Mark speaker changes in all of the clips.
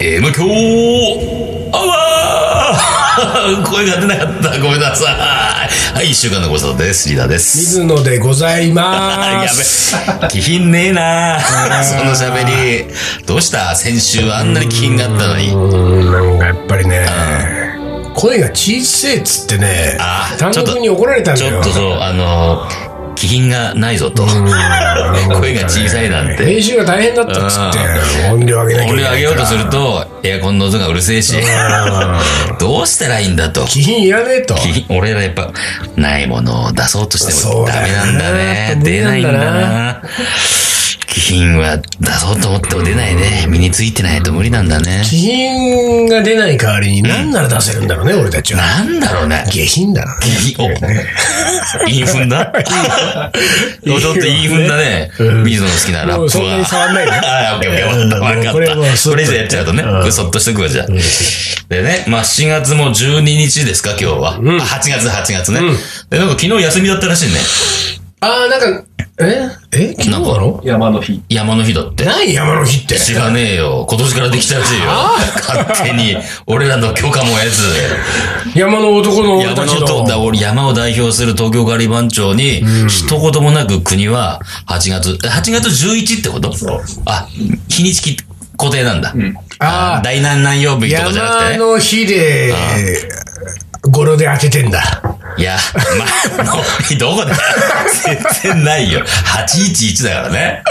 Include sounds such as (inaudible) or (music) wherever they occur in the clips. Speaker 1: M 強アワー (laughs) 声が出なかったごめんなさいはい一週間のご無沙汰ですリーダーです
Speaker 2: 水野でござい
Speaker 1: あ
Speaker 2: ま
Speaker 1: や (laughs)
Speaker 2: す。
Speaker 1: べ気品ねえなその喋りどうした先週あんなに気品があったのに
Speaker 2: うーん、なんかやっぱりね、声が小さいっつってね
Speaker 1: あ、ー
Speaker 2: 単
Speaker 1: ちょっ
Speaker 2: 独
Speaker 1: と
Speaker 2: に怒られたん
Speaker 1: ち
Speaker 2: だ
Speaker 1: ょ
Speaker 2: よ
Speaker 1: っと。そうあの気品がないぞと声が小さいなんて
Speaker 2: 編集が大変だったっつって、音量上げなきゃいけ
Speaker 1: 俺
Speaker 2: ないから。
Speaker 1: 上げようとするとエアコンの音がうるせえしどうしたらいいんだと
Speaker 2: 気品いらねえと。
Speaker 1: (laughs) 気品俺らやっぱないものを出そうとして
Speaker 2: そ
Speaker 1: も
Speaker 2: う
Speaker 1: ダ
Speaker 2: だ
Speaker 1: メ
Speaker 2: よな
Speaker 1: なんだね
Speaker 2: やっぱ無
Speaker 1: 出
Speaker 2: 理
Speaker 1: な
Speaker 2: ないん
Speaker 1: ん
Speaker 2: だ
Speaker 1: だ
Speaker 2: な
Speaker 1: な気品は出そうと思っても出ないね身についてないと無理なんだね
Speaker 2: 気品が出ない代わりに何なら出せるんだろうね、俺たちは。
Speaker 1: なんだろうね
Speaker 2: 下品だな。
Speaker 1: い (laughs) い、お、インフ
Speaker 2: (laughs)
Speaker 1: ンだちょっとインフンだね。水野の好きなラップ
Speaker 2: も
Speaker 1: は。
Speaker 2: うそんなに触んないで
Speaker 1: あーオッケーオッケー、わかった。わか
Speaker 2: これもう
Speaker 1: った。
Speaker 2: そ
Speaker 1: そ
Speaker 2: っと
Speaker 1: れ以上やっちゃうとね、これそっとしとくわ、じゃあ。でね、まあ、7月も12日ですか、今日は。あ8月、8月ね。で、なんか昨日休みだったらしいね。
Speaker 2: あー、なんか、ええ昨日なの
Speaker 3: 山の日。
Speaker 1: 山の日だって。
Speaker 2: 何山の日って。
Speaker 1: 知らねえよ。今年からできたらしいよ。勝手に、俺らの許可も得ず。
Speaker 2: 山の男の俺
Speaker 1: 山
Speaker 2: たち
Speaker 1: の
Speaker 2: の。
Speaker 1: とだ俺山を代表する東京ガリ番長に、一言もなく国は8月、8月11ってことあ、日にちき固定なんだ。
Speaker 2: あ
Speaker 1: あ
Speaker 2: ー
Speaker 1: 第何何曜日とかじゃなく
Speaker 2: 山
Speaker 1: てね。
Speaker 2: の日で、語呂で当ててんだ。
Speaker 1: いや、まあ、の日どこだよ全然ないよ。811だからね。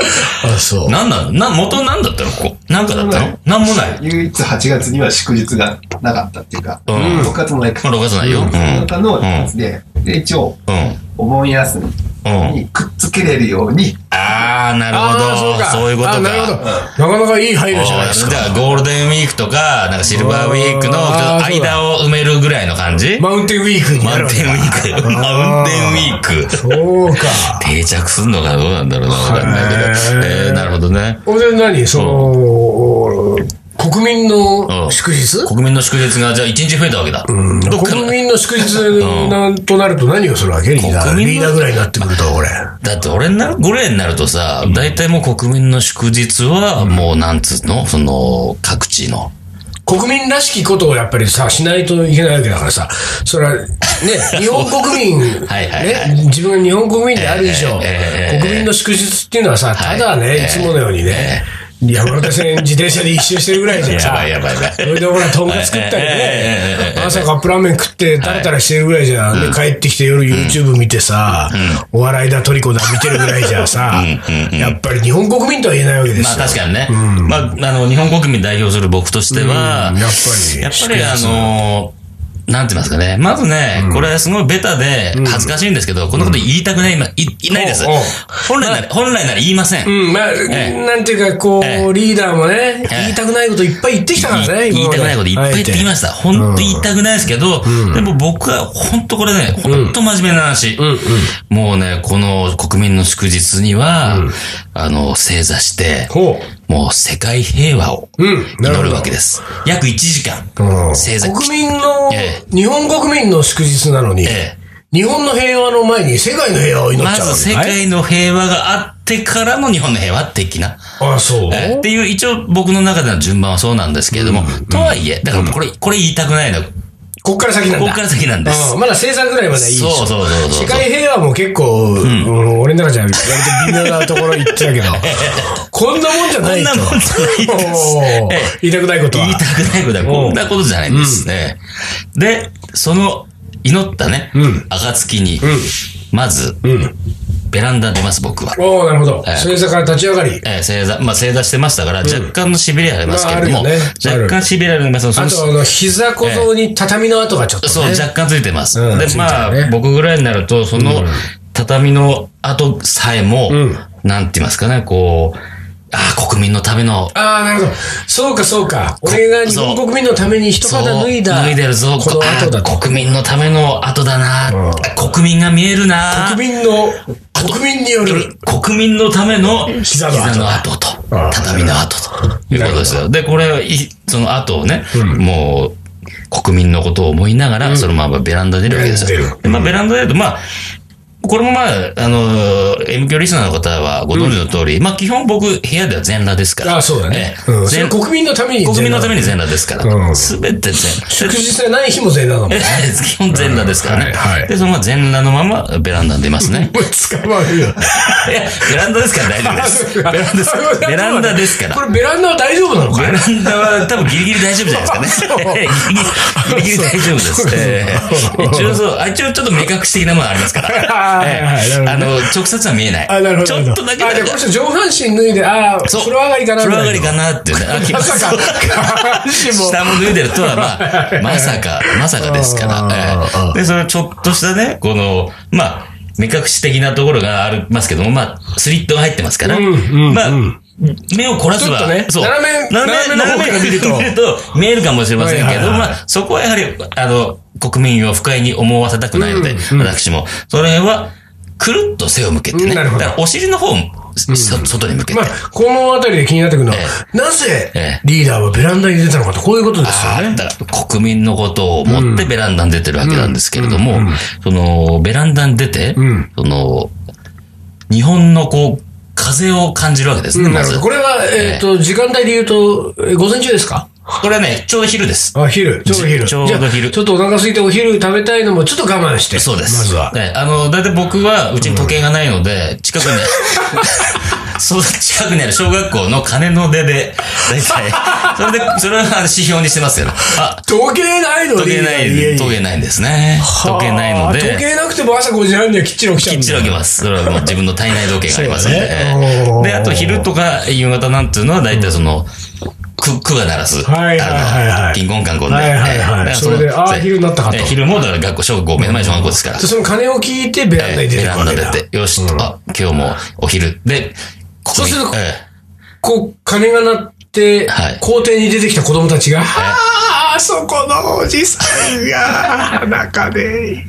Speaker 2: あ、そ
Speaker 1: なんなのな、元なんだったのここ。なんかだったのなんもない。
Speaker 3: 唯一8月には祝日がなかったっていうか、
Speaker 1: うん
Speaker 3: 6月もないか
Speaker 1: まあ、6月ないよ。うん。う
Speaker 3: ら、中のやつ
Speaker 1: ん。
Speaker 3: で、で、一応、
Speaker 1: うん。
Speaker 3: お盆休み
Speaker 1: うん。
Speaker 3: にくっつけれるように、
Speaker 1: あー、なるほど。そういうことか。
Speaker 2: あなるほど。なかなかいい配慮じゃないです
Speaker 1: だ
Speaker 2: か。
Speaker 1: からゴールデンウィークとか、なんかシルバーウィークのちょ
Speaker 2: あー
Speaker 1: っと間を埋めるぐらいの感じマ
Speaker 2: マウンテンウィークになる
Speaker 1: ウン
Speaker 2: わ
Speaker 1: テ
Speaker 2: け
Speaker 1: ンウ
Speaker 2: だ
Speaker 1: ィーク。マウンテンウィーク。
Speaker 2: そうか。
Speaker 1: 定着すんのかどうなんだろうな、わかんないけど。
Speaker 2: へー
Speaker 1: えー、なるほどね。
Speaker 2: ほんで何その、国民
Speaker 1: う
Speaker 2: の
Speaker 1: ん
Speaker 2: 祝日
Speaker 1: 国民の祝日がじゃあ1日増えたわけだ。どっか
Speaker 2: 国
Speaker 1: の
Speaker 2: 民の祝日なんとなると何をするわけリーダー。
Speaker 1: 国民の
Speaker 2: リーダーぐらいになってくると、これ。
Speaker 1: だって俺になる、5例になるとさ、大体もう国民の祝日は、もうなんつうのその、各地の。
Speaker 2: 国民らしきことをやっぱりさ、しないといけないわけだからさ、それは、
Speaker 1: (laughs)
Speaker 2: ね、日本国民、
Speaker 1: はいはいはい
Speaker 2: ね、自分が日本国民である以上、
Speaker 1: ええええ
Speaker 2: 国民の祝日っていうのはさ、
Speaker 1: は
Speaker 2: た
Speaker 1: い
Speaker 2: だね、いつものようにね、山手線自転車で一周してるぐらいじゃん
Speaker 1: や
Speaker 2: さ
Speaker 1: ばい、やばいやばい
Speaker 2: そ。れでほら、とんかつ食ったり
Speaker 1: えええええ
Speaker 2: ね
Speaker 1: ええ、え
Speaker 2: 朝カップラーメン食ってタラタラしてるぐらいじゃん。で、帰ってきて夜 YouTube 見てさ、お笑いだトリコだ見てるぐらいじゃさ、やっぱり日本国民とは言えないわけですよ。
Speaker 1: まあ確かにね。まあ、あの、日本国民代表する僕としては、
Speaker 2: うんやっぱり
Speaker 1: やっぱりあの、なんて言いますかね。まずね、これすごいベタで恥ずかしいんですけど、こんなこと言いたくない、今、い、いないです
Speaker 2: おうおう。
Speaker 1: 本来なら、本来なら言いません。
Speaker 2: うん、まあ、
Speaker 1: え
Speaker 2: なんていうか、こう、
Speaker 1: え
Speaker 2: リーダーもね、言いたくないこといっぱい言ってきたからね、
Speaker 1: 言い言いたくないこといっぱい言ってきま
Speaker 2: し
Speaker 1: した。本当言いたくないですけど、でも僕は本当これね、本当真面目な話。もうね、この国民の祝日には、あの、正座して、
Speaker 2: ほ
Speaker 1: もう世界平和を
Speaker 2: うんなるほど
Speaker 1: 祈るわけです。約1時間
Speaker 2: う。うん。
Speaker 1: 正座
Speaker 2: 国民の、
Speaker 1: え
Speaker 2: 日本国民の祝日なのに、
Speaker 1: え
Speaker 2: 日本の平和の前に世界の平和を祈
Speaker 1: ま
Speaker 2: っちゃうわけ
Speaker 1: ず世
Speaker 2: はい
Speaker 1: 界の平和があってからの日本の平和的な。
Speaker 2: あ、そう、
Speaker 1: ええっていう、一応僕の中での順番はそうなんですけれども、とはいえ、だからこれ、これ言いたくないの。こ
Speaker 2: こっから先なんだ。
Speaker 1: こから先なんです
Speaker 2: うん。まだ生産ぐらいまでいいし
Speaker 1: そうそうそうそう
Speaker 2: 世界平和も結構、うん俺の中じゃ割と微妙なところ言ってたけど、こんなもんじゃないと。
Speaker 1: こんなもんじゃないです
Speaker 2: おー
Speaker 1: ええ
Speaker 2: 言いたくないことは。
Speaker 1: 言いたくないことはこんなことじゃないんですね。で、その、祈ったね、
Speaker 2: うん
Speaker 1: 暁に、まず、
Speaker 2: うん。
Speaker 1: ベランダ出ます、僕は。
Speaker 2: おおなるほど。
Speaker 1: え
Speaker 2: 正座から立ち上がり。
Speaker 1: えー、正座、まあ、正座してましたから、若干の痺れはありますけれども、
Speaker 2: まああるよね
Speaker 1: 若干痺れはあります。そ
Speaker 2: あ
Speaker 1: の
Speaker 2: と、あの、膝小僧に畳の跡がちょっとね。
Speaker 1: そう、若干ついてます。
Speaker 2: うん
Speaker 1: で
Speaker 2: つい、てる
Speaker 1: まあ、
Speaker 2: ね
Speaker 1: 僕ぐらいになると、その、畳の後さえも、
Speaker 2: ん
Speaker 1: なんて言いますかね、こう、ああ、国民のための、
Speaker 2: ああ、なるほど。そうか、そうか。俺が日本国民のために一
Speaker 1: そう
Speaker 2: 肌脱いだ。
Speaker 1: 脱いでるぞ、
Speaker 2: この後だ
Speaker 1: あ
Speaker 2: と
Speaker 1: ー。国民のための後だな、国民が見えるな
Speaker 2: 国民の、国民による。
Speaker 1: 国民のための
Speaker 2: 膝
Speaker 1: 膝
Speaker 2: の跡
Speaker 1: の跡と、
Speaker 2: ああ
Speaker 1: 畳の跡ということですよ。で、これ、いその後をね、もう、国民のことを思いながら、そのままベランダ出るわけですよ
Speaker 2: ベランダ出。
Speaker 1: でまあ、ベランダ出ると、まあ、これもまあ、あのー、M 響リスナーの方はご存知の通り、まあ基本僕部屋では全裸ですから。
Speaker 2: あそうだね。
Speaker 1: ええ
Speaker 2: うん、それ
Speaker 1: 全
Speaker 2: 国民のために。
Speaker 1: 国民のため
Speaker 2: に。
Speaker 1: に全裸ですか
Speaker 2: う
Speaker 1: ら。
Speaker 2: ん
Speaker 1: す
Speaker 2: (laughs)
Speaker 1: べて全
Speaker 2: 祝
Speaker 1: 裸。
Speaker 2: 日でない日も全裸だもん
Speaker 1: え
Speaker 2: ね。
Speaker 1: (laughs) 基本全裸ですからね。
Speaker 2: うんはいはい
Speaker 1: で、そのまま全裸のままベランダに出ますね。
Speaker 2: もう捕まるよ。
Speaker 1: いや、ベランダですから大丈夫です。 (laughs) ベランダです
Speaker 2: あ (laughs) そう。
Speaker 1: ベランダですから
Speaker 2: こ。れベランダは大丈夫なのか
Speaker 1: ベランダは多分ギリギリ大丈夫じゃないですかね。 (laughs) ギリギリギリギリ大丈夫です。ええ一応そう、あ一応ちょっと目隠し的なものありますから。
Speaker 2: (laughs) はいはいはい
Speaker 1: ええ
Speaker 2: なるほどね
Speaker 1: あの、直接は見えない。
Speaker 2: あ、なるほど。
Speaker 1: ちょっとだけ
Speaker 2: あ、じゃあこの人上半身脱いで、ああ、
Speaker 1: そう
Speaker 2: 風呂上がりかな
Speaker 1: 風
Speaker 2: み
Speaker 1: 呂
Speaker 2: た
Speaker 1: 上
Speaker 2: い
Speaker 1: がりかなっていうね。あ
Speaker 2: まさ
Speaker 1: (laughs)
Speaker 2: か、 (laughs)
Speaker 1: そう
Speaker 2: 下
Speaker 1: 下も脱いでるとは、
Speaker 2: (laughs)
Speaker 1: まあ、まさか、まさかですか
Speaker 2: あ
Speaker 1: ら。
Speaker 2: ー
Speaker 1: ええで、そのちょっとしたね、この、まあ、目隠し的なところがありますけども、まあ、スリットが入ってますから。
Speaker 2: んうん
Speaker 1: まあ、目を凝らすは
Speaker 2: ちょっとね
Speaker 1: そう
Speaker 2: 斜め斜めの方から見ると
Speaker 1: 斜めの方から見ると見えるかもしれませんけど、
Speaker 2: はいはいはい
Speaker 1: まあ、そこはやはり、あの、国民を不快に思わせたくないので、私も。それは、くるっと背を向けて
Speaker 2: う
Speaker 1: ね。
Speaker 2: んな
Speaker 1: だ
Speaker 2: るほ
Speaker 1: か
Speaker 2: ど
Speaker 1: らお尻の方も、そ外に向けて
Speaker 2: ま。あ、このあたりで気になってくるのは
Speaker 1: え、
Speaker 2: なぜ
Speaker 1: ええ
Speaker 2: リーダーはベランダに出たのかと、こういうことですよ
Speaker 1: あ
Speaker 2: ね。
Speaker 1: だから国民のことを思ってベランダに出てるわけなんですけれども、その、ベランダに出て、
Speaker 2: ん
Speaker 1: その、日本のこう、風を感じるわけですね、
Speaker 2: な
Speaker 1: ま
Speaker 2: るほ
Speaker 1: ず。
Speaker 2: どこれは、えっと、時間帯で言うと、え午前中ですか
Speaker 1: これはね、ちょうど昼です。
Speaker 2: あ、昼。ちょうど昼。
Speaker 1: ちょうど昼
Speaker 2: じゃあちょっとお腹空いてお昼食べたいのもちょっと我慢して。
Speaker 1: そうです。
Speaker 2: まずは。
Speaker 1: ね、あの、だいたい僕は、うちに時計がないので、近くに、
Speaker 2: (laughs)
Speaker 1: そう、近くにある小学校の鐘の出で、だい
Speaker 2: (laughs)
Speaker 1: たい、それで、それは指標にしてますよ。あ、
Speaker 2: 時計ないの
Speaker 1: 時計な
Speaker 2: リーダー
Speaker 1: い、
Speaker 2: 家に
Speaker 1: 時計ないんですね。時計ないので。
Speaker 2: 時計なくても朝5時半にはきっちり起きちゃ
Speaker 1: き
Speaker 2: う
Speaker 1: っ
Speaker 2: んだ
Speaker 1: ちり起きます。それは
Speaker 2: (laughs)
Speaker 1: もう自分の体内時計がありますんで。
Speaker 2: そうだねおー
Speaker 1: で、あと昼とか夕方なんていうのは大体その、く、くが鳴らす。
Speaker 2: はいはいはいはい
Speaker 1: あのキンコンカンコンで。
Speaker 2: はいはいはい
Speaker 1: ええだからの
Speaker 2: それであー昼になったかと
Speaker 1: ええ昼もだから学校、小学校、目の前の小学校ですから
Speaker 2: で。その鐘を聞いてベランダに出て
Speaker 1: ベ
Speaker 2: く
Speaker 1: ラ
Speaker 2: わ
Speaker 1: ンダ
Speaker 2: けだ。
Speaker 1: 出て、よしと、あ、今日もお昼。で、ここに
Speaker 2: そうすると
Speaker 1: ええ
Speaker 2: こう、鐘が鳴って、
Speaker 1: はい
Speaker 2: 校庭に出てきた子供たちが、ああ、そこのおじさんが、中で。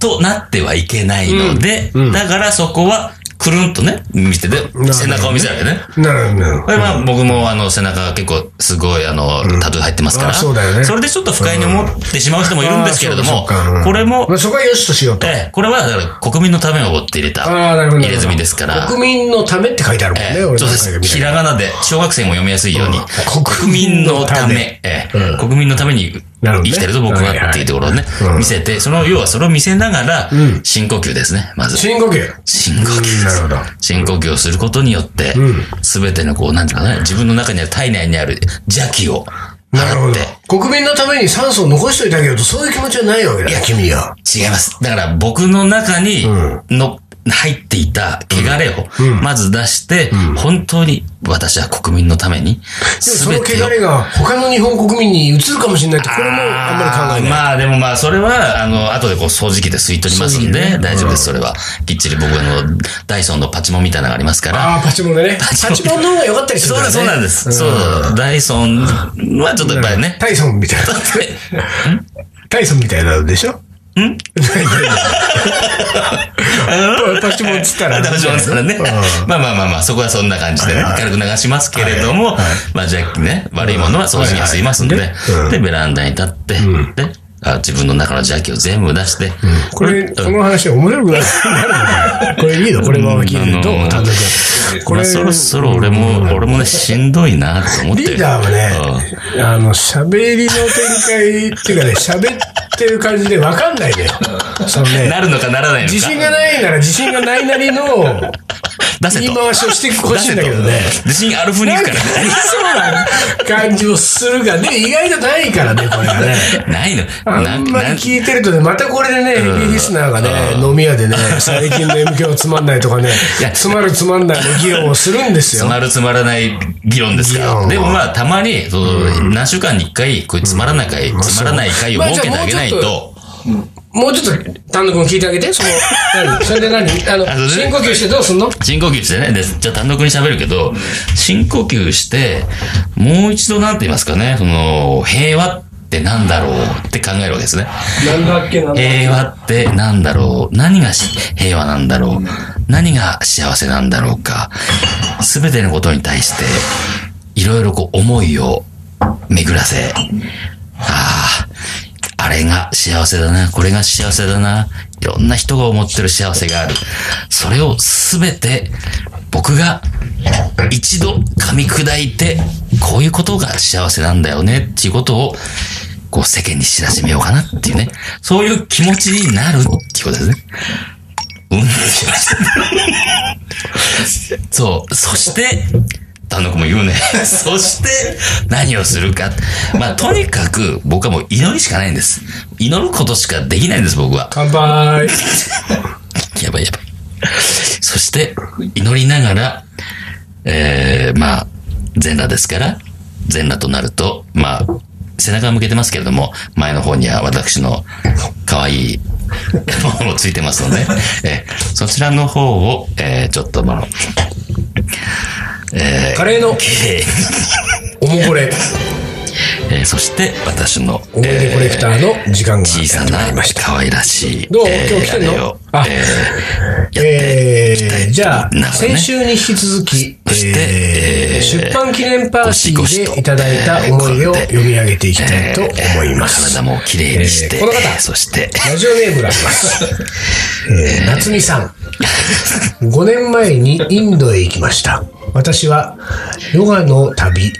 Speaker 1: となってはいけないので、だからそこは、くるんとね、見てて、背中を見せるわけね。
Speaker 2: なるほどなるほ
Speaker 1: これまあ僕もあの背中結構すごいあのタトゥー入ってますから、
Speaker 2: あそうだよね
Speaker 1: それでちょっと不快に思ってしまう人もいるんですけれど
Speaker 2: あーそ
Speaker 1: も
Speaker 2: うかそうかう、ん
Speaker 1: これ
Speaker 2: ど。
Speaker 1: も
Speaker 2: まあ、、そこはよしとしようと。
Speaker 1: ええ、これはだから国民のためを追って入れた
Speaker 2: ああ、なるほど。
Speaker 1: 入れ墨ですから、
Speaker 2: 国民のためって書いてあるもんね、
Speaker 1: ええ
Speaker 2: 俺
Speaker 1: そう
Speaker 2: なん
Speaker 1: で
Speaker 2: かが
Speaker 1: す。
Speaker 2: 見た
Speaker 1: ひ
Speaker 2: ら
Speaker 1: らがなで小学生も読みやすいように
Speaker 2: うん、
Speaker 1: 国民のため、ええ
Speaker 2: うん
Speaker 1: 国民のために
Speaker 2: なるほど
Speaker 1: 生
Speaker 2: ね
Speaker 1: きてるぞ僕
Speaker 2: はいは
Speaker 1: はいっていうところをね
Speaker 2: う、ん
Speaker 1: 見せて、その要はそれを見せながら、深呼吸ですね、まず。
Speaker 2: 深呼吸。
Speaker 1: 深呼吸で
Speaker 2: うんな
Speaker 1: す
Speaker 2: るほど
Speaker 1: 深呼吸をすることによって、すべてのこう、なんていうかね、自分の中にある、体内にある邪気を
Speaker 2: なる
Speaker 1: 払
Speaker 2: ほ
Speaker 1: って、
Speaker 2: ど。国民のために酸素を残しといてあげようと、そういう気持ちはないわけだ。いや、君は。
Speaker 1: 違います。だから僕の中に、の、入っていた汚れを、まず出して、本当に私は国民のために、
Speaker 2: でも
Speaker 1: す
Speaker 2: そ
Speaker 1: べ
Speaker 2: の
Speaker 1: て
Speaker 2: 汚
Speaker 1: を。
Speaker 2: れが他の日本国民に移るかもしれないって、これもあんまり考えない。
Speaker 1: あーまあでもまあそれは、あの、後でこう掃除機で吸い取りますんで、大丈夫です、それは。きっちり僕あの、ダイソンのパチモンみたいなのがありますから、
Speaker 2: ああ、パチモンでね。
Speaker 1: チモ
Speaker 2: パ
Speaker 1: ン
Speaker 2: チモンの方が良かったりする
Speaker 1: そう
Speaker 2: から
Speaker 1: だ、
Speaker 2: ね。
Speaker 1: そうなんです。そうダイソンはちょっとやっぱりね。
Speaker 2: タイソンみたいな。
Speaker 1: (laughs)
Speaker 2: タイソンみたいなのでしょん (laughs) パチモンっつった
Speaker 1: (laughs)
Speaker 2: ら。
Speaker 1: ダイソンさんね
Speaker 2: うん。
Speaker 1: まあまあまあまあ、そこはそんな感じでね、軽く流しますけれども、まあじゃあね、悪いものは掃除機に吸いますんで
Speaker 2: はいはいうん、
Speaker 1: で、ベランダに立って、で、あ自分の中の邪気を全部出して、
Speaker 2: これ、
Speaker 1: うん
Speaker 2: この話面白くなるのか (laughs) なこれいいのこれは聞いてると
Speaker 1: うんあのー
Speaker 2: 単独だこ
Speaker 1: ま
Speaker 2: れ、
Speaker 1: あそろ
Speaker 2: リ
Speaker 1: そろ俺も、俺もね、しんどいなと思ってる。
Speaker 2: ーダーは
Speaker 1: うん
Speaker 2: ね、あの、喋りの展開っていうかね、
Speaker 1: (laughs)
Speaker 2: 喋ってる感じで分かんないね。そのね、
Speaker 1: なるのかならないのか。
Speaker 2: 自信がないなら自信がないなりの
Speaker 1: 出せ
Speaker 2: 言い
Speaker 1: と。
Speaker 2: 回しをしてほ
Speaker 1: 出
Speaker 2: しい
Speaker 1: せ
Speaker 2: んだ
Speaker 1: と
Speaker 2: けどね。。
Speaker 1: 自信ある風にいくからね。
Speaker 2: (laughs) そうな感じもするが、ね、意外とないからね、これがね。
Speaker 1: ないの。
Speaker 2: あんまり
Speaker 1: な
Speaker 2: 聞いてるとね、またこれでね、ヘビーリスナーがね、飲み屋でね、最近の M 響つまんないとかね
Speaker 1: や、
Speaker 2: つまるつまんないの議論をするんです
Speaker 1: つ
Speaker 2: よ。
Speaker 1: まるつまらない議論ですか
Speaker 2: 議論
Speaker 1: ら。
Speaker 2: は
Speaker 1: でもまあ、たまに、その、何週間に一回、こういうつまらない会、つまらない会を設けてあげない
Speaker 2: まあじゃあ
Speaker 1: と、
Speaker 2: もうちょっと、丹野くん聞いてあげて、その、
Speaker 1: (laughs)
Speaker 2: 何それで何あの
Speaker 1: あそれ、で
Speaker 2: 深呼吸してどうすんの
Speaker 1: 深呼吸してね。で、じゃあ単独に喋るけど、深呼吸して、もう一度なんて言いますかね、その、平和ってなんだろうって考えるわけですね。
Speaker 3: なんだっけなんだっけ
Speaker 1: 平和ってなんだろう何がし平和なんだろう何が幸せなんだろうかすべてのことに対して、いろいろこう思いを巡らせ、ああ、あれが幸せだな、これが幸せだな、いろんな人が思ってる幸せがある。それをすべて僕が一度噛み砕いて、こういうことが幸せなんだよねっていうことを、こう世間に知らしめようかなっていうね。そういう気持ちになるっていうことですね。うん、しました。そう。そして、単独も言うね。 (laughs) そして、何をするか。まあ、とにかく、僕はもう祈りしかないんです。祈ることしかできないんです、僕は。
Speaker 2: 乾杯。
Speaker 1: やばいやばい。そして、祈りながら、えー、まあ、全裸ですから、全裸となると、まあ、背中は向けてますけれども、前の方には私の可愛いものもついてますので、えーそちらの方を、えー、ちょっと、まあ、えー、
Speaker 2: カレーの
Speaker 1: 綺麗
Speaker 2: お
Speaker 1: に
Speaker 2: もこれ、
Speaker 1: えーそして私の、
Speaker 2: おもれコレクターの時間が
Speaker 1: 小さ
Speaker 2: やってまい
Speaker 1: な
Speaker 2: りました。
Speaker 1: 可愛らしい、
Speaker 2: どう
Speaker 1: えー
Speaker 2: 今日来てんの
Speaker 1: あれを
Speaker 2: あ
Speaker 1: えーやって
Speaker 2: え
Speaker 1: いきたい
Speaker 2: ー、じゃあ、
Speaker 1: なるほどね
Speaker 2: 先週に引き続き、
Speaker 1: そして
Speaker 2: えー
Speaker 1: えー
Speaker 2: 出版記念パーティ
Speaker 1: ゴシゴシ
Speaker 2: ー
Speaker 1: と
Speaker 2: でいただいた思いを
Speaker 1: えー
Speaker 2: 読み上げていきたいと思います。
Speaker 1: 体も綺麗にして、
Speaker 2: えーこの方
Speaker 1: えーそして、
Speaker 2: ラジオネームがあります。えー、夏美さん。5年前にインドへ行きました。私はヨガの旅、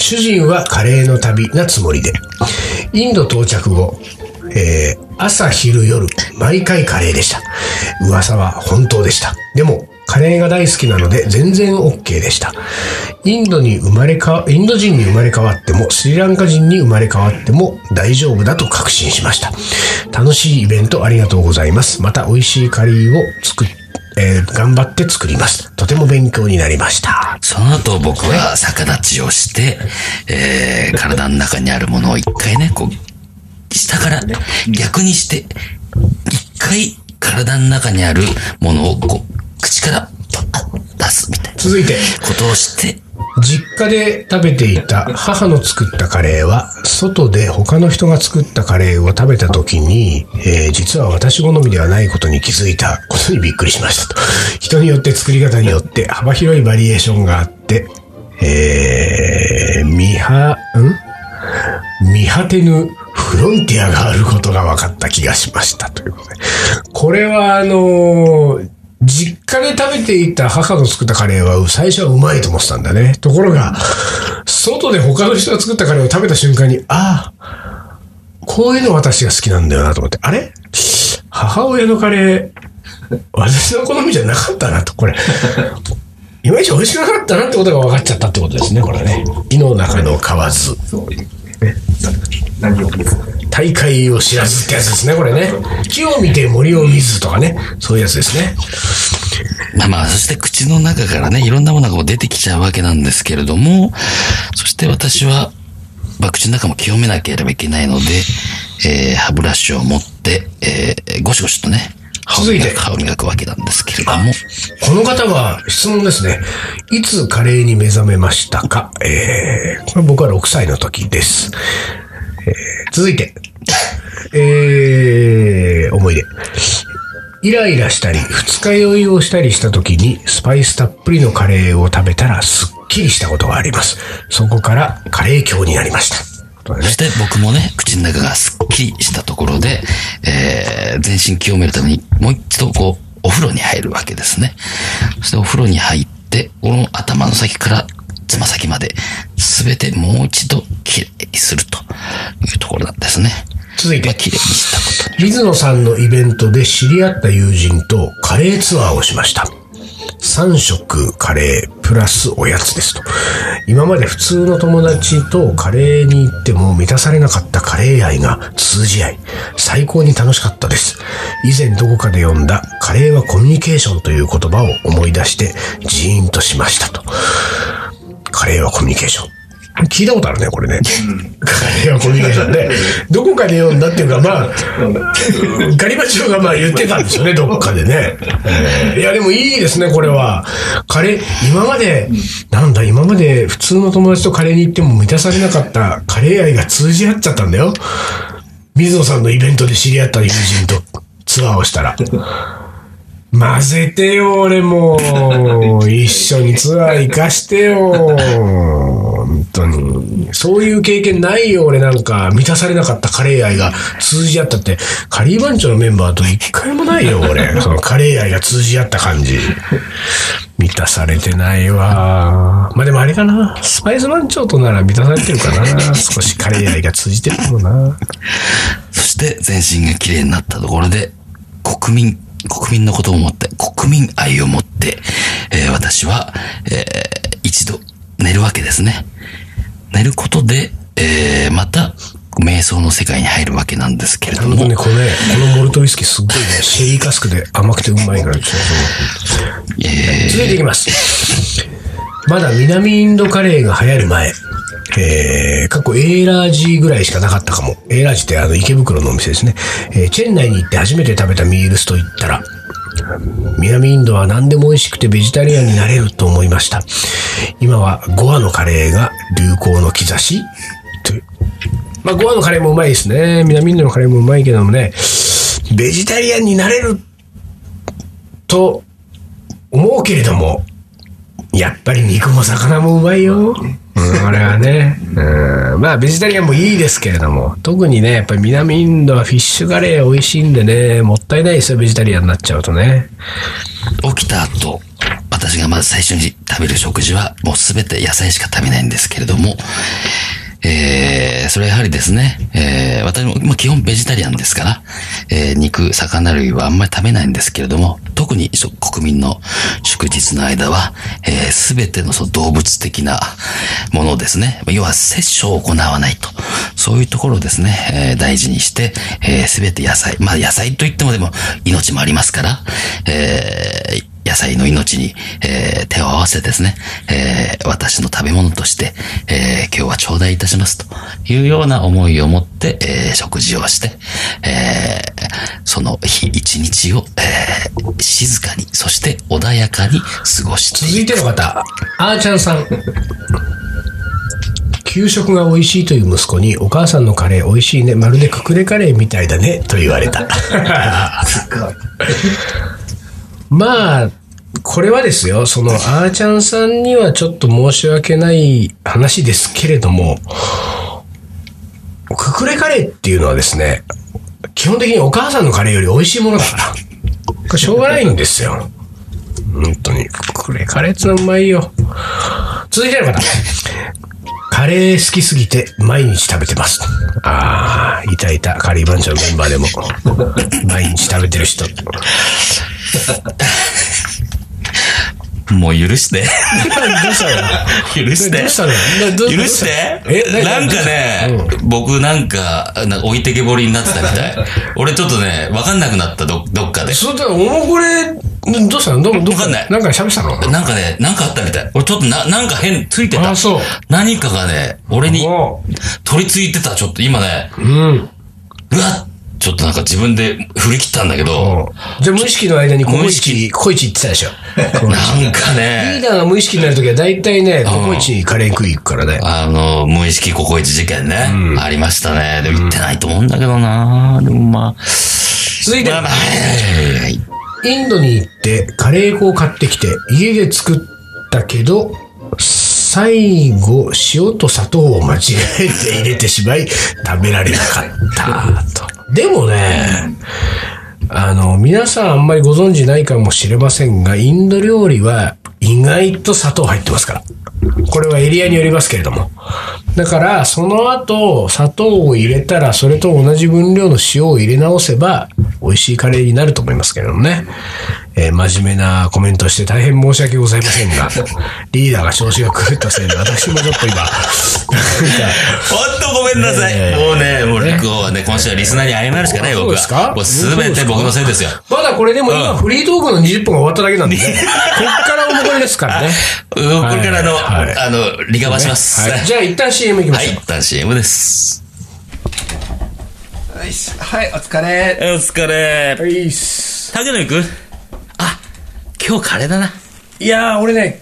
Speaker 2: 主人はカレーの旅なつもりで。インド到着後、えー朝昼夜、毎回カレーでした。噂は本当でした。でも、カレーが大好きなので全然 OK でした。インドに生まれか、インド人に生まれ変わっても、スリランカ人に生まれ変わっても大丈夫だと確信しました。楽しいイベントありがとうございます。また美味しいカレーを作っえー頑張って作ります。とても勉強になりました。
Speaker 1: その後僕は逆立ちをして、えー、体の中にあるものを一回ね、こう、下から逆にして、一回体の中にあるものをこう、口からパッ出すみたいな
Speaker 2: 続いて、
Speaker 1: ことをして、
Speaker 2: 実家で食べていた母の作ったカレーは、外で他の人が作ったカレーを食べた時に、えー実は私好みではないことに気づいたことにびっくりしましたと。人によって作り方によって幅広いバリエーションがあって、えー、見は、ん見果てぬフロンティアがあることが分かった気がしました。ということで。これはあのー実家で食べていた母の作ったカレーは最初はうまいと思ってたんだね。ところが、外で他の人が作ったカレーを食べた瞬間に、ああ、こういうの私が好きなんだよなと思って、あれ母親のカレー、私の好みじゃなかったなと、これ。いまいち美味しくなかったなってことが分かっちゃったってことですね、これね。胃の中の蛙。
Speaker 3: そういう。何を見つけ
Speaker 2: 大会を知らずってやつですね、これね。木を見て森を見ずとかね、そういうやつですね。
Speaker 1: まあまあ、そして口の中からね、いろんなものがこう出てきちゃうわけなんですけれども、そして私は、まあ、口の中も清めなければいけないので、えー、歯ブラシを持って、えー、ゴシゴシとね、歯を
Speaker 2: 続い
Speaker 1: 磨
Speaker 2: て
Speaker 1: く歯を磨くわけなんですけれども、
Speaker 2: この方は質問ですね。いつカレーに目覚めましたかえー、これ僕は6歳の時です。えー続いて。えー、思い出。イライラしたり、二日酔いをしたりした時に、スパイスたっぷりのカレーを食べたら、すっきりしたことがあります。そこから、カレー教になりました。ということで
Speaker 1: そ
Speaker 2: ね
Speaker 1: して僕もね、口の中がすっきりしたところで、えー、全身清めるために、もう一度こう、お風呂に入るわけですね。そしてお風呂に入って、この頭の先からつま先まで、すべてもう一度きれいにするというところなんですね。
Speaker 2: 続いて
Speaker 1: まあ、きれいにしたことに。
Speaker 2: 水野さんのイベントで知り合った友人とカレーツアーをしました。3食カレープラスおやつですと。今まで普通の友達とカレーに行っても満たされなかったカレー愛が通じ合い、最高に楽しかったです。以前どこかで読んだカレーはコミュニケーションという言葉を思い出してジーンとしましたと。カレーはコミュニケーション。聞いたことあるね、これね。 (laughs) カレーはコミュニケーションで、どこかで読んだっていうか、まあ、ガリバチョウがまあ言ってたんですよね、どっかでね。いや、でもいいですね、これは。カレー、今まで、なんだ、今まで普通の友達とカレーに行っても満たされなかったカレー愛が通じ合っちゃったんだよ。水野さんのイベントで知り合った友人とツアーをしたら。混ぜてよ、俺も。一緒にツアー行かしてよ。本当に。そういう経験ないよ、俺なんか。満たされなかったカレー愛が通じ合ったって、カリー番長のメンバーと一回もないよ、俺。そのカレー愛が通じ合った感じ。満たされてないわ。まあでもあれかな。スパイス番長となら満たされてるかな。少しカレー愛が通じてるかもな。
Speaker 1: そして全身が綺麗になったところで、国民、国民のことを思って、国民愛を持って、えー私は、えー一度寝るわけですね。寝ることで、えーまた、瞑想の世界に入るわけなんですけれ
Speaker 2: な
Speaker 1: ど
Speaker 2: るほど、
Speaker 1: も
Speaker 2: ね、これね、このモルトウイスキーすっごいね、シェリーカスクで甘くてうまいから、ちょっと続いていきます。まだ南インドカレーが流行る前、えー、過去エーラージぐらいしかなかったかも。エーラージってあの池袋のお店ですね。えーチェン内に行って初めて食べたミールスと言ったら、南インドは何でも美味しくてベジタリアンになれると思いました。今はゴアのカレーが流行の兆しというまあ、ゴアのカレーもうまいですね。南インドのカレーもうまいけどもね、ベジタリアンになれると思うけれども、やっぱり肉も魚もうまいよ。うん、あれはね。うん。まあ、ベジタリアンもいいですけれども、特にね、やっぱり南インドはフィッシュカレー美味しいんでね、もったいないですよ、ベジタリアンになっちゃうとね。
Speaker 1: 起きた後、私がまず最初に食べる食事は、もうすべて野菜しか食べないんですけれども、えー、それはやはりですね、えー、私も、まあ、基本ベジタリアンですから、えー、肉、魚類はあんまり食べないんですけれども、特にしょ国民の祝日の間は、えー、すべてのその動物的なものをですね、要は摂取を行わないと、そういうところをですね、えー、大事にして、えー、すべて野菜、まあ野菜といってもでも命もありますから、えー、野菜の命に、えー手を合わせですね、えー私の食べ物として、えー今日は頂戴いたしますというような思いを持って、えー食事をして、えーその日一日を、えー静かに、そして穏やかに過ごしてい
Speaker 2: 続いての方、あーちゃんさん。給食が美味しいという息子に、お母さんのカレー美味しいね、まるでククレカレーみたいだね、と言われた。まあ、これはですよ、その、あーちゃんさんにはちょっと申し訳ない話ですけれども、ククレカレーっていうのはですね、基本的にお母さんのカレーより美味しいものだから、これしょうがないんですよ。本当に。クレカレーっつうのはうまいよ。続いての方。カレー好きすぎて毎日食べてます。ああ、いたいた。カリー番長のメンバーでも。毎日食べてる人。
Speaker 1: もう許して。
Speaker 2: どうした
Speaker 1: 許して。
Speaker 2: どうしたのなどう
Speaker 1: 許して
Speaker 2: どうしたえな
Speaker 1: なんかね、僕なんか、なんか置いてけぼりになってたみたい。俺ちょっとね、わかんなくなった、ど、どっかで。
Speaker 2: そうだ、おもこれ、どうしたのどうどう
Speaker 1: わかんない
Speaker 2: なんか喋ったの
Speaker 1: なんかね、なんかあったみたい。俺ちょっとな、なんか変、ついてた。
Speaker 2: あそう
Speaker 1: 何かがね、俺に
Speaker 2: お
Speaker 1: 取り付いてた、ちょっと今ね、
Speaker 2: ううん。
Speaker 1: うわっちょっとなんか自分で振り切ったんだけ
Speaker 2: お
Speaker 1: ど
Speaker 2: う、じゃあ無意識の間にココイ
Speaker 1: 無
Speaker 2: チ、ココイチ行ってたでしょ。
Speaker 1: (laughs) なんか
Speaker 2: リー
Speaker 1: ね、
Speaker 2: ダーが無意識になるときは大体ね、ココイチにカレー食い行くからね。
Speaker 1: あの、無意識ココイチ事件ね、ありましたね。でも言ってないと思うんだけどなでもまあ、
Speaker 2: 続いて
Speaker 1: まあまあはいはいはい
Speaker 2: インドに行ってカレー粉を買ってきて家で作ったけど最後塩と砂糖を間違えて入れてしまい食べられなかったと。でもねあの皆さんあんまりご存知ないかもしれませんがインド料理は意外と砂糖入ってますから。これはエリアによりますけれども。だから、その後、砂糖を入れたら、それと同じ分量の塩を入れ直せば、美味しいカレーになると思いますけれどもね。えー真面目なコメントをして大変申し訳ございませんが、 (laughs) リーダーが調子が狂ったせいで、私もちょっと今、 (laughs) なんか
Speaker 1: ほんとごめんなさい。
Speaker 2: ええ
Speaker 1: もうね、もうね、今日はね、今週はリスナーに謝るしかない、
Speaker 2: そう
Speaker 1: 僕
Speaker 2: ですか
Speaker 1: は。もうすべて僕のせいですよ。
Speaker 2: まだこれでも今、
Speaker 1: うん
Speaker 2: フリートークの20分が終わっただけ (laughs) なんでね、こっからおもこりですからね。
Speaker 1: うんこれからあの、
Speaker 2: はい
Speaker 1: あの、リカバーします。
Speaker 2: はい、じゃあ一旦 CM いきま
Speaker 1: は
Speaker 2: しょう
Speaker 1: い、。一旦 CM です。
Speaker 3: はいし、はい、お疲れ。
Speaker 1: お疲れ。
Speaker 2: はいっす
Speaker 1: 竹野行くあ、今日カレーだな。
Speaker 2: いやー、俺ね、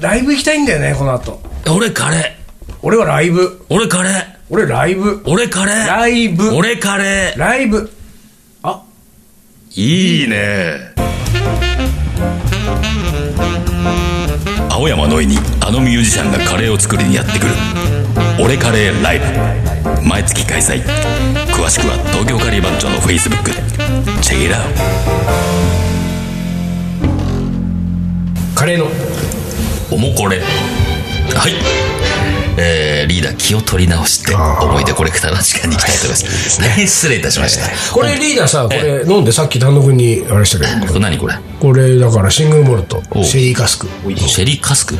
Speaker 2: ライブ行きたいんだよね、この後。
Speaker 1: 俺カレー。
Speaker 2: 俺はライブ。
Speaker 1: 俺カレー。
Speaker 2: 俺ライブ。
Speaker 1: 俺カレー。
Speaker 2: ライブ
Speaker 1: 俺カレ
Speaker 2: ライブ。
Speaker 1: ー。いいね。
Speaker 4: 青山のいにあのミュージシャンがカレーを作りにやってくる「俺カレーライブ」毎月開催詳しくは東京カリー番長のフェイスブックチェイラー
Speaker 2: カレーの
Speaker 4: おもこれはい
Speaker 1: えー、リーダー気を取り直して
Speaker 2: あー
Speaker 1: 思い出コレクターの時間に行きたいと思います。大変失礼いたしました。
Speaker 2: これリーダーさ、これ飲んでさっき丹野くんにあれしたけど、
Speaker 1: これ何これ
Speaker 2: これだからシングルモルト
Speaker 1: お、う
Speaker 2: シェリーカスク、
Speaker 1: シェリーカスク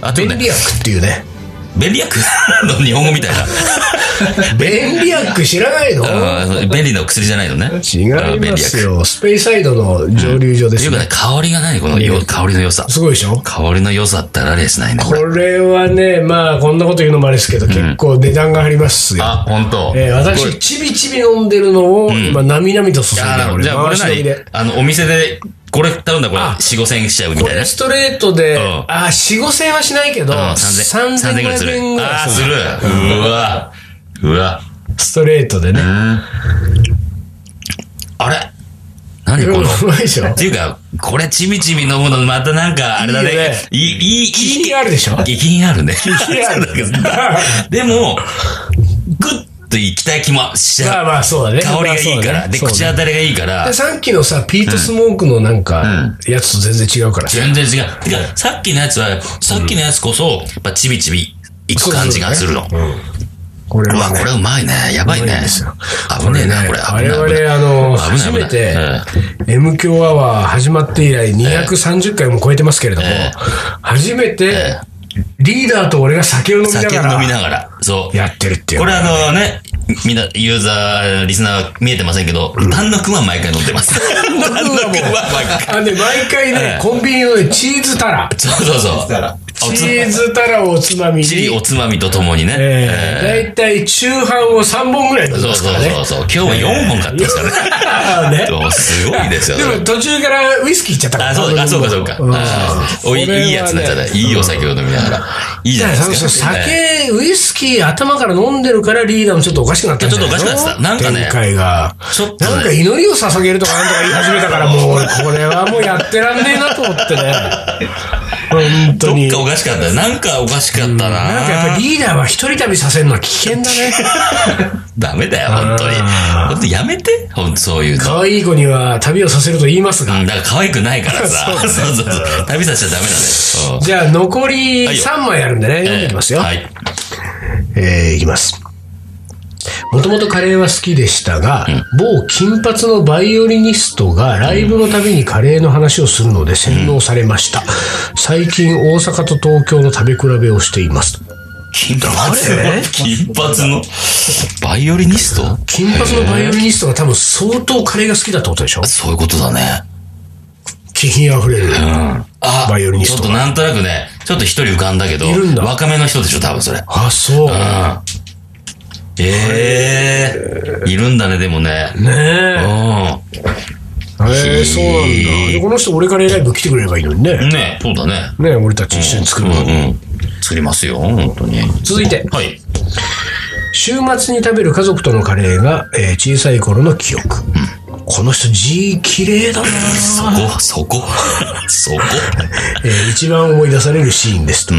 Speaker 1: あと
Speaker 2: ベン
Speaker 1: ね、
Speaker 2: リアックっていうね。
Speaker 1: ベリアク (laughs) の日本語みたいな。
Speaker 2: ベンリアック知らないの
Speaker 1: あー便利なお薬じゃないのね。
Speaker 2: 違
Speaker 1: あー
Speaker 2: い
Speaker 1: 便
Speaker 2: ま
Speaker 1: 利
Speaker 2: す
Speaker 1: 薬。
Speaker 2: よ。スペイサイドの蒸留所で
Speaker 1: とい
Speaker 2: す
Speaker 1: うか
Speaker 2: ね
Speaker 1: ね、。香りがない、このよ香りの良さ。
Speaker 2: すごいでしょ
Speaker 1: 香りの良さったらあれしないね、こ
Speaker 2: こ
Speaker 1: れ。
Speaker 2: れはね、まあ、こんなこと言うのもあれですけど、結構値段が張りますよ。
Speaker 1: あ、本当。
Speaker 2: えー
Speaker 1: これ
Speaker 2: 私、ちびちび飲んでるのを、今、なみなみと注いで
Speaker 1: あー、
Speaker 2: 俺、
Speaker 1: じゃあこれ
Speaker 2: 回し飲みで
Speaker 1: 何あの、お店で、これ頼んだらこ
Speaker 2: あ
Speaker 1: れ、四五千円しちゃうみ
Speaker 2: こ
Speaker 1: たいな
Speaker 2: れ。ストレートで、
Speaker 1: ん
Speaker 2: あ、4、5千円はしないけど、
Speaker 1: うん3000
Speaker 2: 3500
Speaker 1: 3000ぐらいする。
Speaker 2: 円ぐ
Speaker 1: あ
Speaker 2: ら
Speaker 1: あ、
Speaker 2: い
Speaker 1: す
Speaker 2: す
Speaker 1: る
Speaker 2: る。。
Speaker 1: うわ。うわ。
Speaker 2: ストレートでね。
Speaker 1: あれ何
Speaker 2: う (laughs)
Speaker 1: この。っ
Speaker 2: まいでしょ
Speaker 1: (laughs) ていうか、これ、ちびちび飲むの、またなんか、あれだ
Speaker 2: いいよ
Speaker 1: ね
Speaker 2: ね。
Speaker 1: いい、いい、いい、
Speaker 2: 気にあるでしょ
Speaker 1: (laughs) 気にあるね。
Speaker 2: にある
Speaker 1: (laughs) そ
Speaker 2: (laughs)
Speaker 1: うだけどでも、ぐっと行きたい気もしち
Speaker 2: まあ
Speaker 1: ゃう。
Speaker 2: まあ、そうだね。
Speaker 1: 香りがいいか
Speaker 2: まあ
Speaker 1: ら。で、
Speaker 2: そう
Speaker 1: 口
Speaker 2: だね
Speaker 1: 当たりがいいから
Speaker 2: で、。さっきのさ、ピートスモークのなんか、やつと全然違うからさ。
Speaker 1: 全然違う。てか、さっきのやつは、さっきのやつこそ、やっぱちびちびいく感じがするの。
Speaker 2: そううそうこれ
Speaker 1: わ、
Speaker 2: は
Speaker 1: こ
Speaker 2: ね
Speaker 1: れ。うまいね。やばいね。危ねえな、これ。危な
Speaker 2: 我
Speaker 1: い危
Speaker 2: 々、
Speaker 1: ない
Speaker 2: あの、
Speaker 1: 危ない
Speaker 2: 初
Speaker 1: 危ない
Speaker 2: めて
Speaker 1: うん、
Speaker 2: M 強アワー始まって以来230回も超えてますけれども
Speaker 1: ええ、
Speaker 2: 初めて
Speaker 1: え、
Speaker 2: リーダーと俺が酒を飲みな
Speaker 1: 酒
Speaker 2: が
Speaker 1: を飲み
Speaker 2: ら、
Speaker 1: ながら。そう。
Speaker 2: やってるっていう。
Speaker 1: これあのね、みんな、ユーザー、リスナーは見えてませんけど、丹野くんは毎回飲ん
Speaker 2: (laughs)
Speaker 1: でます。丹野くんは毎回。
Speaker 2: あのね、毎回ね、コンビニのねチーズタラ、
Speaker 1: そうそうそう。おつ
Speaker 2: チーズタラをおつまみに、
Speaker 1: チリおつまみとともにね。
Speaker 2: ええ大体中半を3本ぐらい飲んで
Speaker 1: そう
Speaker 2: ます
Speaker 1: そ
Speaker 2: か
Speaker 1: う
Speaker 2: らね。
Speaker 1: そうそう。今日は4本買ってますから
Speaker 2: ああ (laughs) ね
Speaker 1: ね。そうすごいですよ。
Speaker 2: でも途中からウイスキーいっちゃったから。
Speaker 1: あ、そうか、あそうか、そうか。
Speaker 2: ん
Speaker 1: あーおい
Speaker 2: これはね
Speaker 1: いいやつなんじゃないいいお酒を飲みながら。いいじゃないです
Speaker 2: そ
Speaker 1: か。
Speaker 2: うそう酒、ウイスキー頭から飲んでるからリーダーもちょっとおかしくなったんじゃないの
Speaker 1: ちょっとおかしくなってたなんかね
Speaker 2: 展開が。
Speaker 1: ちょっとね
Speaker 2: なんか祈りを捧げるとかなんとか言い始めたから、もう俺これはもうやってらんねえなと思ってね。本当
Speaker 1: どっ
Speaker 2: に。
Speaker 1: かおかしかった。なんかおかしかったな。
Speaker 2: なんかやっぱりリーダーは一人旅させるのは危険だ
Speaker 1: (laughs)
Speaker 2: ね。
Speaker 1: ダメだよ、本当に。
Speaker 2: あ
Speaker 1: 本当やめて。ほんとそういうの。
Speaker 2: 可愛い子には旅をさせると言いますが。
Speaker 1: うん、だから可愛くないか
Speaker 2: (laughs)
Speaker 1: らさ。そうそうそう。旅させちゃダメだね。
Speaker 2: じゃあ残り
Speaker 1: はいよ
Speaker 2: 3枚あるんでね、読んでいきますよ。
Speaker 1: はい。
Speaker 2: えーいきます。もともとカレーは好きでしたが、某金髪のバイオリニストがライブのたびにカレーの話をするので洗脳されました。最近大阪と東京の食べ比べをしています。
Speaker 1: 金髪金髪のバイオリニスト
Speaker 2: 金髪のバイオリニストが多分相当カレーが好きだってことでしょ
Speaker 1: そういうことだね。
Speaker 2: 気品あふれる。
Speaker 1: あ、
Speaker 2: バイオリニスト
Speaker 1: ちょっとなんとなくね、ちょっと一人浮かんだけど、
Speaker 2: いるんだ
Speaker 1: 若めの人でしょ、多分それ。うん。
Speaker 2: あ、そう。
Speaker 1: ええいるんだね、でもね。う
Speaker 2: ね
Speaker 1: ん。
Speaker 2: え。へえそうなんだ。でこの人俺カレーライブ来てくれればいいのにね。
Speaker 1: ねそうだね。
Speaker 2: ねえ俺たち一緒に作
Speaker 1: う
Speaker 2: る
Speaker 1: ん
Speaker 2: のに。
Speaker 1: うん。作りますよ、本当に。
Speaker 2: 続いて。
Speaker 1: はい。
Speaker 2: 週末に食べる家族とのカレーが、えー小さい頃の記憶。この人字綺麗だな、
Speaker 1: そこ、そこ、 (laughs) そ
Speaker 2: (laughs)
Speaker 1: こ。
Speaker 2: えー一番思い出されるシーンですと、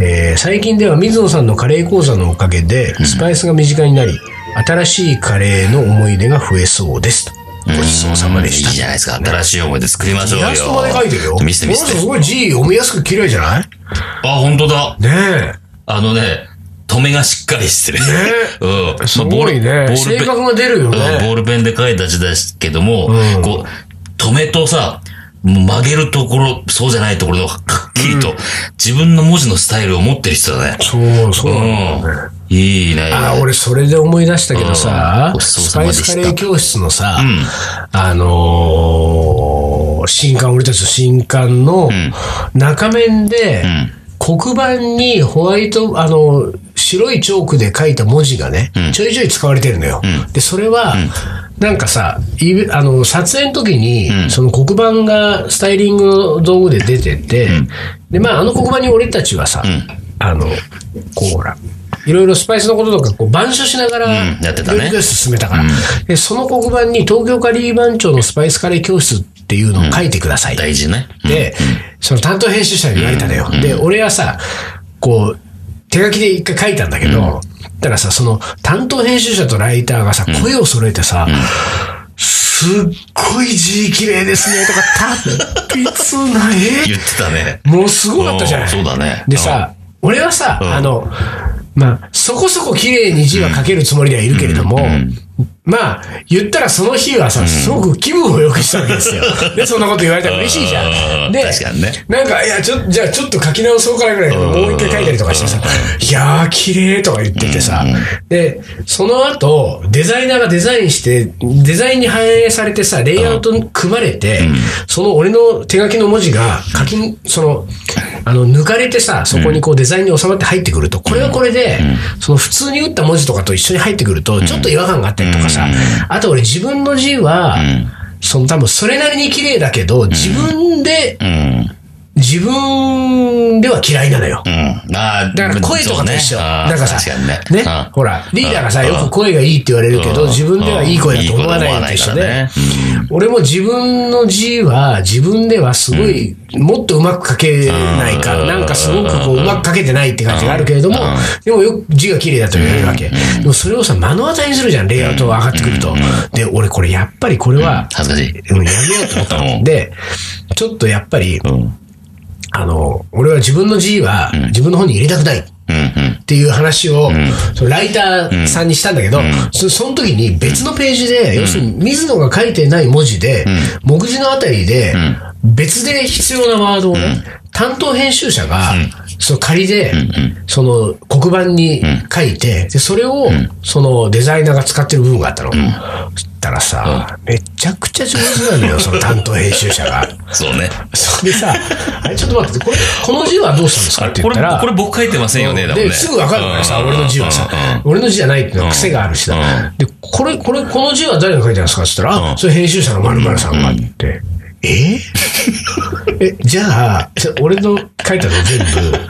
Speaker 2: えー最近では水野さんのカレー講座のおかげでスパイスが身近になり、新しいカレーの思い出が増えそうですとごちそうさまでした
Speaker 1: いいじゃないですか。新しい思い出作りましょう
Speaker 2: イ
Speaker 1: よ。
Speaker 2: ラストまで書いてるよ
Speaker 1: 見せて見せ
Speaker 2: この人す
Speaker 1: て。
Speaker 2: ごい字読みやすく綺麗じゃない
Speaker 1: あ、本当だ。
Speaker 2: ね
Speaker 1: あのね、止めがしっかりしてる。 (laughs) うん。まあ
Speaker 2: えすごいね、
Speaker 1: ボール
Speaker 2: 性
Speaker 1: ペン、
Speaker 2: 格が出るよね、
Speaker 1: うんボールペンで書いた字ですけども、こう、止めとさ、もう曲げるところ、そうじゃないところの、はっきりと、自分の文字のスタイルを持ってる人だね。
Speaker 2: そうそう
Speaker 1: う
Speaker 2: なんだよね、
Speaker 1: ん。いいね。
Speaker 2: ああ、俺それで思い出したけどさ
Speaker 1: う、んごちそう
Speaker 2: ス
Speaker 1: さ
Speaker 2: パ
Speaker 1: ま
Speaker 2: イ
Speaker 1: で
Speaker 2: ス
Speaker 1: した
Speaker 2: カレー教室のさ、あのー新刊、俺たちの新刊の中面で、黒板にホワイト、あの、白いチョークで書いた文字がね、ちょいちょい使われてるのよ。で、それは、なんかさ、イベあの、撮影の時に、その黒板がスタイリングの道具で出てて、で、まあ、あの黒板に俺たちはさ、あの、こうほら、いろいろスパイスのこととか、こう、板書しながら、
Speaker 1: うんやってたね
Speaker 2: 料理教室進めたから、で、その黒板に東京カリー番長のスパイスカレー教室っていうのを書いてください。
Speaker 1: 大事ね。
Speaker 2: で、その担当編集者に言われたのよ。で、俺はさ、こう、手書きで一回書いたんだけど、たらさ、その担当編集者とライターがさ、声を揃えてさ、すっごい字綺麗ですねとか、達筆な
Speaker 1: 言
Speaker 2: 絵
Speaker 1: ってたね。
Speaker 2: もうすごかったじゃない。
Speaker 1: うんそうだね。
Speaker 2: でさ、俺はさ、
Speaker 1: ん
Speaker 2: あの、まあ、そこそこ綺麗に字は書けるつもりではいるけれども、まあ、言ったらその日はさ、すごく気分を良くしたわけ
Speaker 1: (laughs)
Speaker 2: ですよ。で、そんなこと言われたら嬉しいじゃ
Speaker 1: うん
Speaker 2: ん。で、
Speaker 1: 確かにね
Speaker 2: なんか、いや、ちょ、じゃあちょっと書き直そうからぐらい、もう一回書いたりとかしてさ、いやー、綺麗とか言っててさ、で、その後、デザイナーがデザインして、デザインに反映されてさ、レイアウトに組まれて、その俺の手書きの文字が、書き、その、あの、抜かれてさ、そこにこうデザインに収まって入ってくると、これはこれで、その普通に打った文字とかと一緒に入ってくると、ちょっと違和感があったりとかさ、あと俺自分の字は、その多分それなりに綺麗だけど、自分で、
Speaker 1: うん。
Speaker 2: 自分では嫌いなのよ。
Speaker 1: うん。ああ、
Speaker 2: だから声とかと一緒。
Speaker 1: そうねあー
Speaker 2: なんかさ、
Speaker 1: 確かにね。
Speaker 2: ね
Speaker 1: うん、
Speaker 2: ほら、リーダーがさ、
Speaker 1: うん
Speaker 2: よく声がいいって言われるけど、
Speaker 1: うん
Speaker 2: 自分ではいい声だと思わないのと一緒
Speaker 1: うんいい
Speaker 2: で
Speaker 1: 声と思わないからね、
Speaker 2: 俺も自分の字は、自分ではすごい、もっとうまく書けないか、
Speaker 1: うん
Speaker 2: なんかすごくこう、うまく書けてないって感じがあるけれども、でもよく字が綺麗だと言われるわけ。でもそれをさ、目の当たりにするじゃん、レイアウトが上がってくると。で、俺これやっぱりこれは、
Speaker 1: 恥ずかしい。
Speaker 2: うんやめようと思ったの。で、ちょっとやっぱり、
Speaker 1: うん。うん
Speaker 2: あの、俺は自分の字は自分の本に入れたくない。
Speaker 1: うん。
Speaker 2: っていう話を、そのライターさんにしたんだけど、そその時に別のページで、要するに水野が書いてない文字で、目次のあたりで、別で必要なワードをね、担当編集者が、その仮で、その黒板に書いて、で、それを、そのデザイナーが使ってる部分があったの。そしたらさ、めちゃくちゃ上手なのよ、その担当編集者が。
Speaker 1: (laughs) そうね。
Speaker 2: それでさ、あれちょっと待って、これ、この字はどうしたんですかって
Speaker 1: こ
Speaker 2: 言っ
Speaker 1: れ、
Speaker 2: たら、
Speaker 1: これ僕書いてませんよね、だもんね。
Speaker 2: ですぐ分かるからさ、
Speaker 1: うん
Speaker 2: 俺の字はさ、俺の字じゃないっていうのは癖があるしさ、で、これ、これ、この字は誰が書いてあるんですかって言ったら、あそれ編集者の〇〇さんがあって、ええ、じゃあ、じゃあ俺の書いたの全部、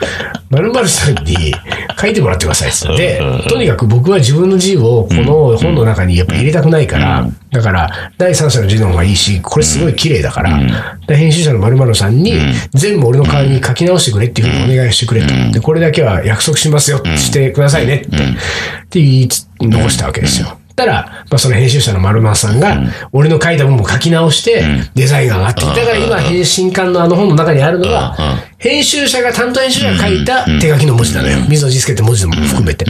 Speaker 2: 〇〇さんに書いてもらってくださいっって
Speaker 1: うんうん
Speaker 2: で、とにかく僕は自分の字をこの本の中にやっぱ入れたくないから、だから、第三者の字の方がいいし、これすごい綺麗だから、で編集者の〇〇さんに、全部俺の代わりに書き直してくれっていうふうにお願いしてくれと。で、これだけは約束しますよ、してくださいねって、って言いつ残したわけですよ。たら、まあ、その編集者の丸間さんが、俺の書いた文も書き直して、デザインが上がってきただから、今、返信館のあの本の中にあるのは
Speaker 1: うんうん、
Speaker 2: 編集者が、担当編集者が書いた手書きの文字なのよ。水野仁介って文字も含めて。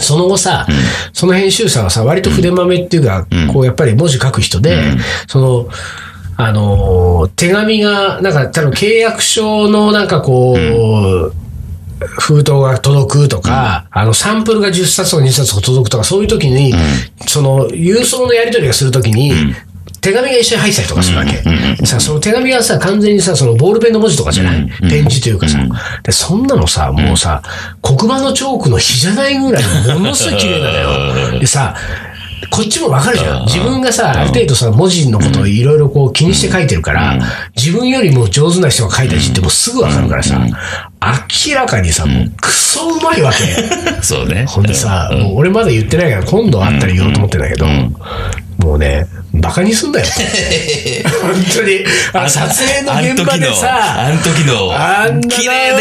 Speaker 2: その後さ、その編集者はさ、割と筆豆っていうか、こうやっぱり文字書く人で、その、あのー手紙が、なんか多分契約書のなんかこう、封筒が届くとか、あの、サンプルが10冊とか20冊とか届くとか、そういう時に、その、郵送のやり取りがするときに、手紙が一緒に入ってたりとかするわけ。さ、その手紙はさ、完全にさ、そのボールペンの文字とかじゃない。ペン字というかさ。で、そんなのさ、もうさ、黒板のチョークの比じゃないぐらい、ものすごい綺麗なのよ。でさ、こっちもわかるじゃん。自分がさ、ある程度さ、文字のことをいろいろこう気にして書いてるから、自分よりも上手な人が書いた字ってもうすぐわかるからさ、明らかにさ、もうクソうまいわ (laughs) け。
Speaker 1: そうね。
Speaker 2: ほんでさ、もう俺まだ言ってないから今度会ったら言おうと思ってんだけど、もうね、バカにすん (laughs) だよ。本当に。あ、撮影の現場でさ、
Speaker 1: あん時の、あ
Speaker 2: あん
Speaker 1: ん時
Speaker 2: な
Speaker 1: の、綺麗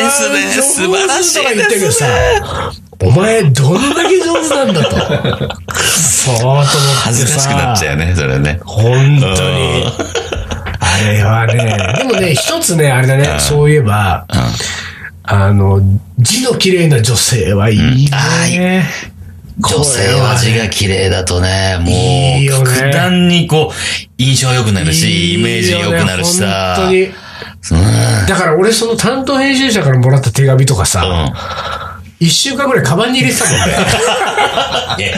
Speaker 1: ですね。素晴らし
Speaker 2: とか
Speaker 1: い
Speaker 2: 言ってるけ
Speaker 1: で
Speaker 2: ど
Speaker 1: す
Speaker 2: さ
Speaker 1: ね。、
Speaker 2: お前どんだけ上手なんだと。そうと思ってさ。
Speaker 1: 恥ずかしくなっちゃうよね、それね。
Speaker 2: 本当に。あれはね、でもね、一つね、あれだね、そういえば、あの、字の綺麗な女性はいいね。
Speaker 1: 女性は字が綺麗だとね、も
Speaker 2: いいよ
Speaker 1: う、
Speaker 2: ね
Speaker 1: 格段にこう、印象良くなるし、イメージ良くなるしさ。
Speaker 2: いいよね本当に。だから俺その担当編集者からもらった手紙とかさ、
Speaker 1: う
Speaker 2: 一週間ぐらいカバンに入れてたもんね。
Speaker 1: ん。いや、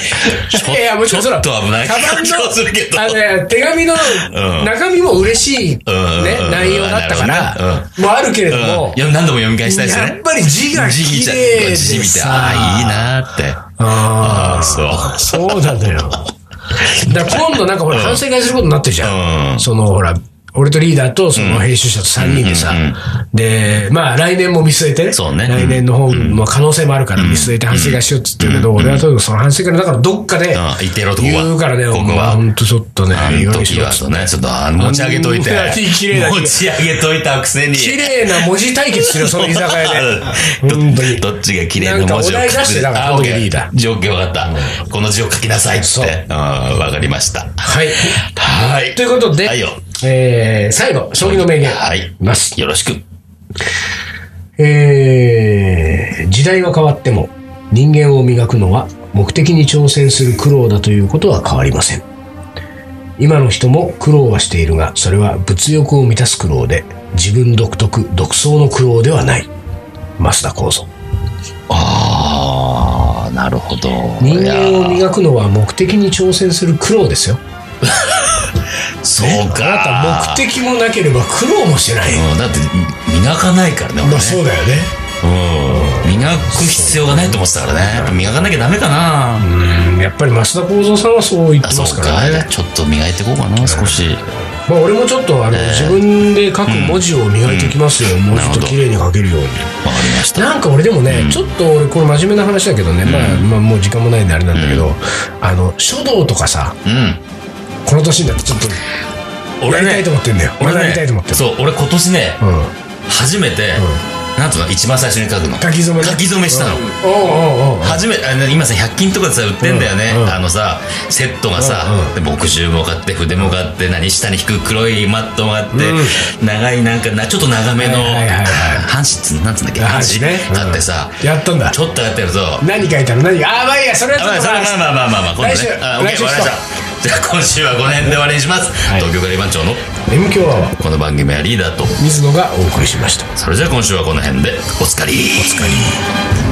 Speaker 1: ちょ
Speaker 2: いやいや、もち
Speaker 1: ち
Speaker 2: ろ
Speaker 1: ょ
Speaker 2: んその
Speaker 1: っと危ない
Speaker 2: カバン
Speaker 1: 感じ
Speaker 2: の
Speaker 1: はするけど。
Speaker 2: あのね手紙の
Speaker 1: ん
Speaker 2: 中身も嬉しい、ね
Speaker 1: うんうんうん
Speaker 2: 内容だったから、もあるけれども
Speaker 1: うん、い、や何度も読み返したいですね。
Speaker 2: やっぱり字が
Speaker 1: 字
Speaker 2: 綺
Speaker 1: 見ちゃ
Speaker 2: 麗で
Speaker 1: 字見て、
Speaker 2: さ、
Speaker 1: ああ、いいなーって。
Speaker 2: あ
Speaker 1: あそう。
Speaker 2: あ、そうなんだよ。だから今度なんかほら反省会することになってるじゃん。
Speaker 1: うん
Speaker 2: そのほら、俺とリーダーとその編集者と3人でさ、で、まあ来年も見据えてね、
Speaker 1: そうね
Speaker 2: 来年の本の可能性もあるから見据えて反省会しようって言ってるけど、俺はとにかくその反省会の中のどっかで
Speaker 1: あ言ってやろうとこは
Speaker 2: 言うからね、
Speaker 1: ここは
Speaker 2: お前ほんとちょっとね、
Speaker 1: あの
Speaker 2: 用意し
Speaker 1: 時
Speaker 2: ろ
Speaker 1: は
Speaker 2: っつっ
Speaker 1: そ
Speaker 2: て
Speaker 1: うね、ちょっとあの (laughs) 持ち上げといて
Speaker 2: あんなに綺麗だけど
Speaker 1: 持ち上げといたくせに。
Speaker 2: 綺麗な文字対決しろ、その居酒屋で。本当に。
Speaker 1: (laughs) どどっちが綺麗な文字を
Speaker 2: なんかお題出してたから
Speaker 1: あ
Speaker 2: この
Speaker 1: OK
Speaker 2: 時リーダ
Speaker 1: 状況分かった。この字を書きなさいっつ
Speaker 2: そ
Speaker 1: っ
Speaker 2: う
Speaker 1: て。うんわかりました。
Speaker 2: はい。
Speaker 1: はい。
Speaker 2: ということで、
Speaker 1: はいよ。
Speaker 2: えー、最後、将棋の名言。
Speaker 1: はい。
Speaker 2: ます。
Speaker 1: よろしく。
Speaker 2: えー、時代は変わっても、人間を磨くのは、目的に挑戦する苦労だということは変わりません。今の人も苦労はしているが、それは物欲を満たす苦労で、自分独特、独走の苦労ではない。増田構造。
Speaker 1: ああ、なるほど。
Speaker 2: 人
Speaker 1: いや
Speaker 2: 間を磨くのは目的に挑戦する苦労ですよ。
Speaker 1: そう
Speaker 2: あな
Speaker 1: か。
Speaker 2: た目的もなければ苦労もしてない。
Speaker 1: うんだって、磨かないからね、俺ね。
Speaker 2: まあそうだよね。
Speaker 1: うん。磨く必要がないと思ってたからね。やっぱ磨かなきゃダメかな。
Speaker 2: うんやっぱり増田幸三さんはそう言って
Speaker 1: あ、
Speaker 2: ま
Speaker 1: そ
Speaker 2: す
Speaker 1: う
Speaker 2: か
Speaker 1: か。
Speaker 2: ら
Speaker 1: じゃあ
Speaker 2: ね。
Speaker 1: ちょっと磨いていこうかな、少し。
Speaker 2: まあ俺もちょっとあの、自分で書く文字を磨いてきますよ。もうちょっと綺麗に書けるように。
Speaker 1: わかりました。
Speaker 2: なんか俺でもね、ちょっと俺これ真面目な話だけどね、まあ、まあもう時間もないんであれなんだけど、あの、書道とかさ、
Speaker 1: うん。
Speaker 2: この年になってちょっと、やりたいと思ってんだよ。俺やりたいと思ってる。
Speaker 1: そう、俺今年ね、
Speaker 2: うん。
Speaker 1: 初めて、なんつうの、一番最初に書くの。
Speaker 2: 書き初めね
Speaker 1: 書き初めしたの。
Speaker 2: おうおうおう
Speaker 1: 初めあの今さ100均とかでさ売ってんだよね、
Speaker 2: うんうん
Speaker 1: あのさセットがさ、で墨汁も買って筆も買って何下に引く黒いマットもあって、長いなんかなちょっと長めの
Speaker 2: はいはいはいは
Speaker 1: 半紙なんつうんだっけ半
Speaker 2: 半
Speaker 1: 紙
Speaker 2: 紙ね
Speaker 1: 買ってさ、
Speaker 2: やったんだ
Speaker 1: ち。ょっとやってると
Speaker 2: 何書いたの何ああ、まあいいや、それはちょ
Speaker 1: ま
Speaker 2: っ
Speaker 1: あ
Speaker 2: とまあ
Speaker 1: まあまあまあまあま
Speaker 2: 来
Speaker 1: あ今度
Speaker 2: 週
Speaker 1: ねあ OK わか
Speaker 2: 来
Speaker 1: り
Speaker 2: 週
Speaker 1: ま
Speaker 2: し
Speaker 1: し
Speaker 2: よ
Speaker 1: たじゃあ今週はこの辺で終わりにします、東京ガリバン長の
Speaker 2: う。M 強アワー、
Speaker 1: この番組はリーダーと
Speaker 2: 水野がお送りしました。
Speaker 1: それじゃあ今週はこの辺でおつかりおつかり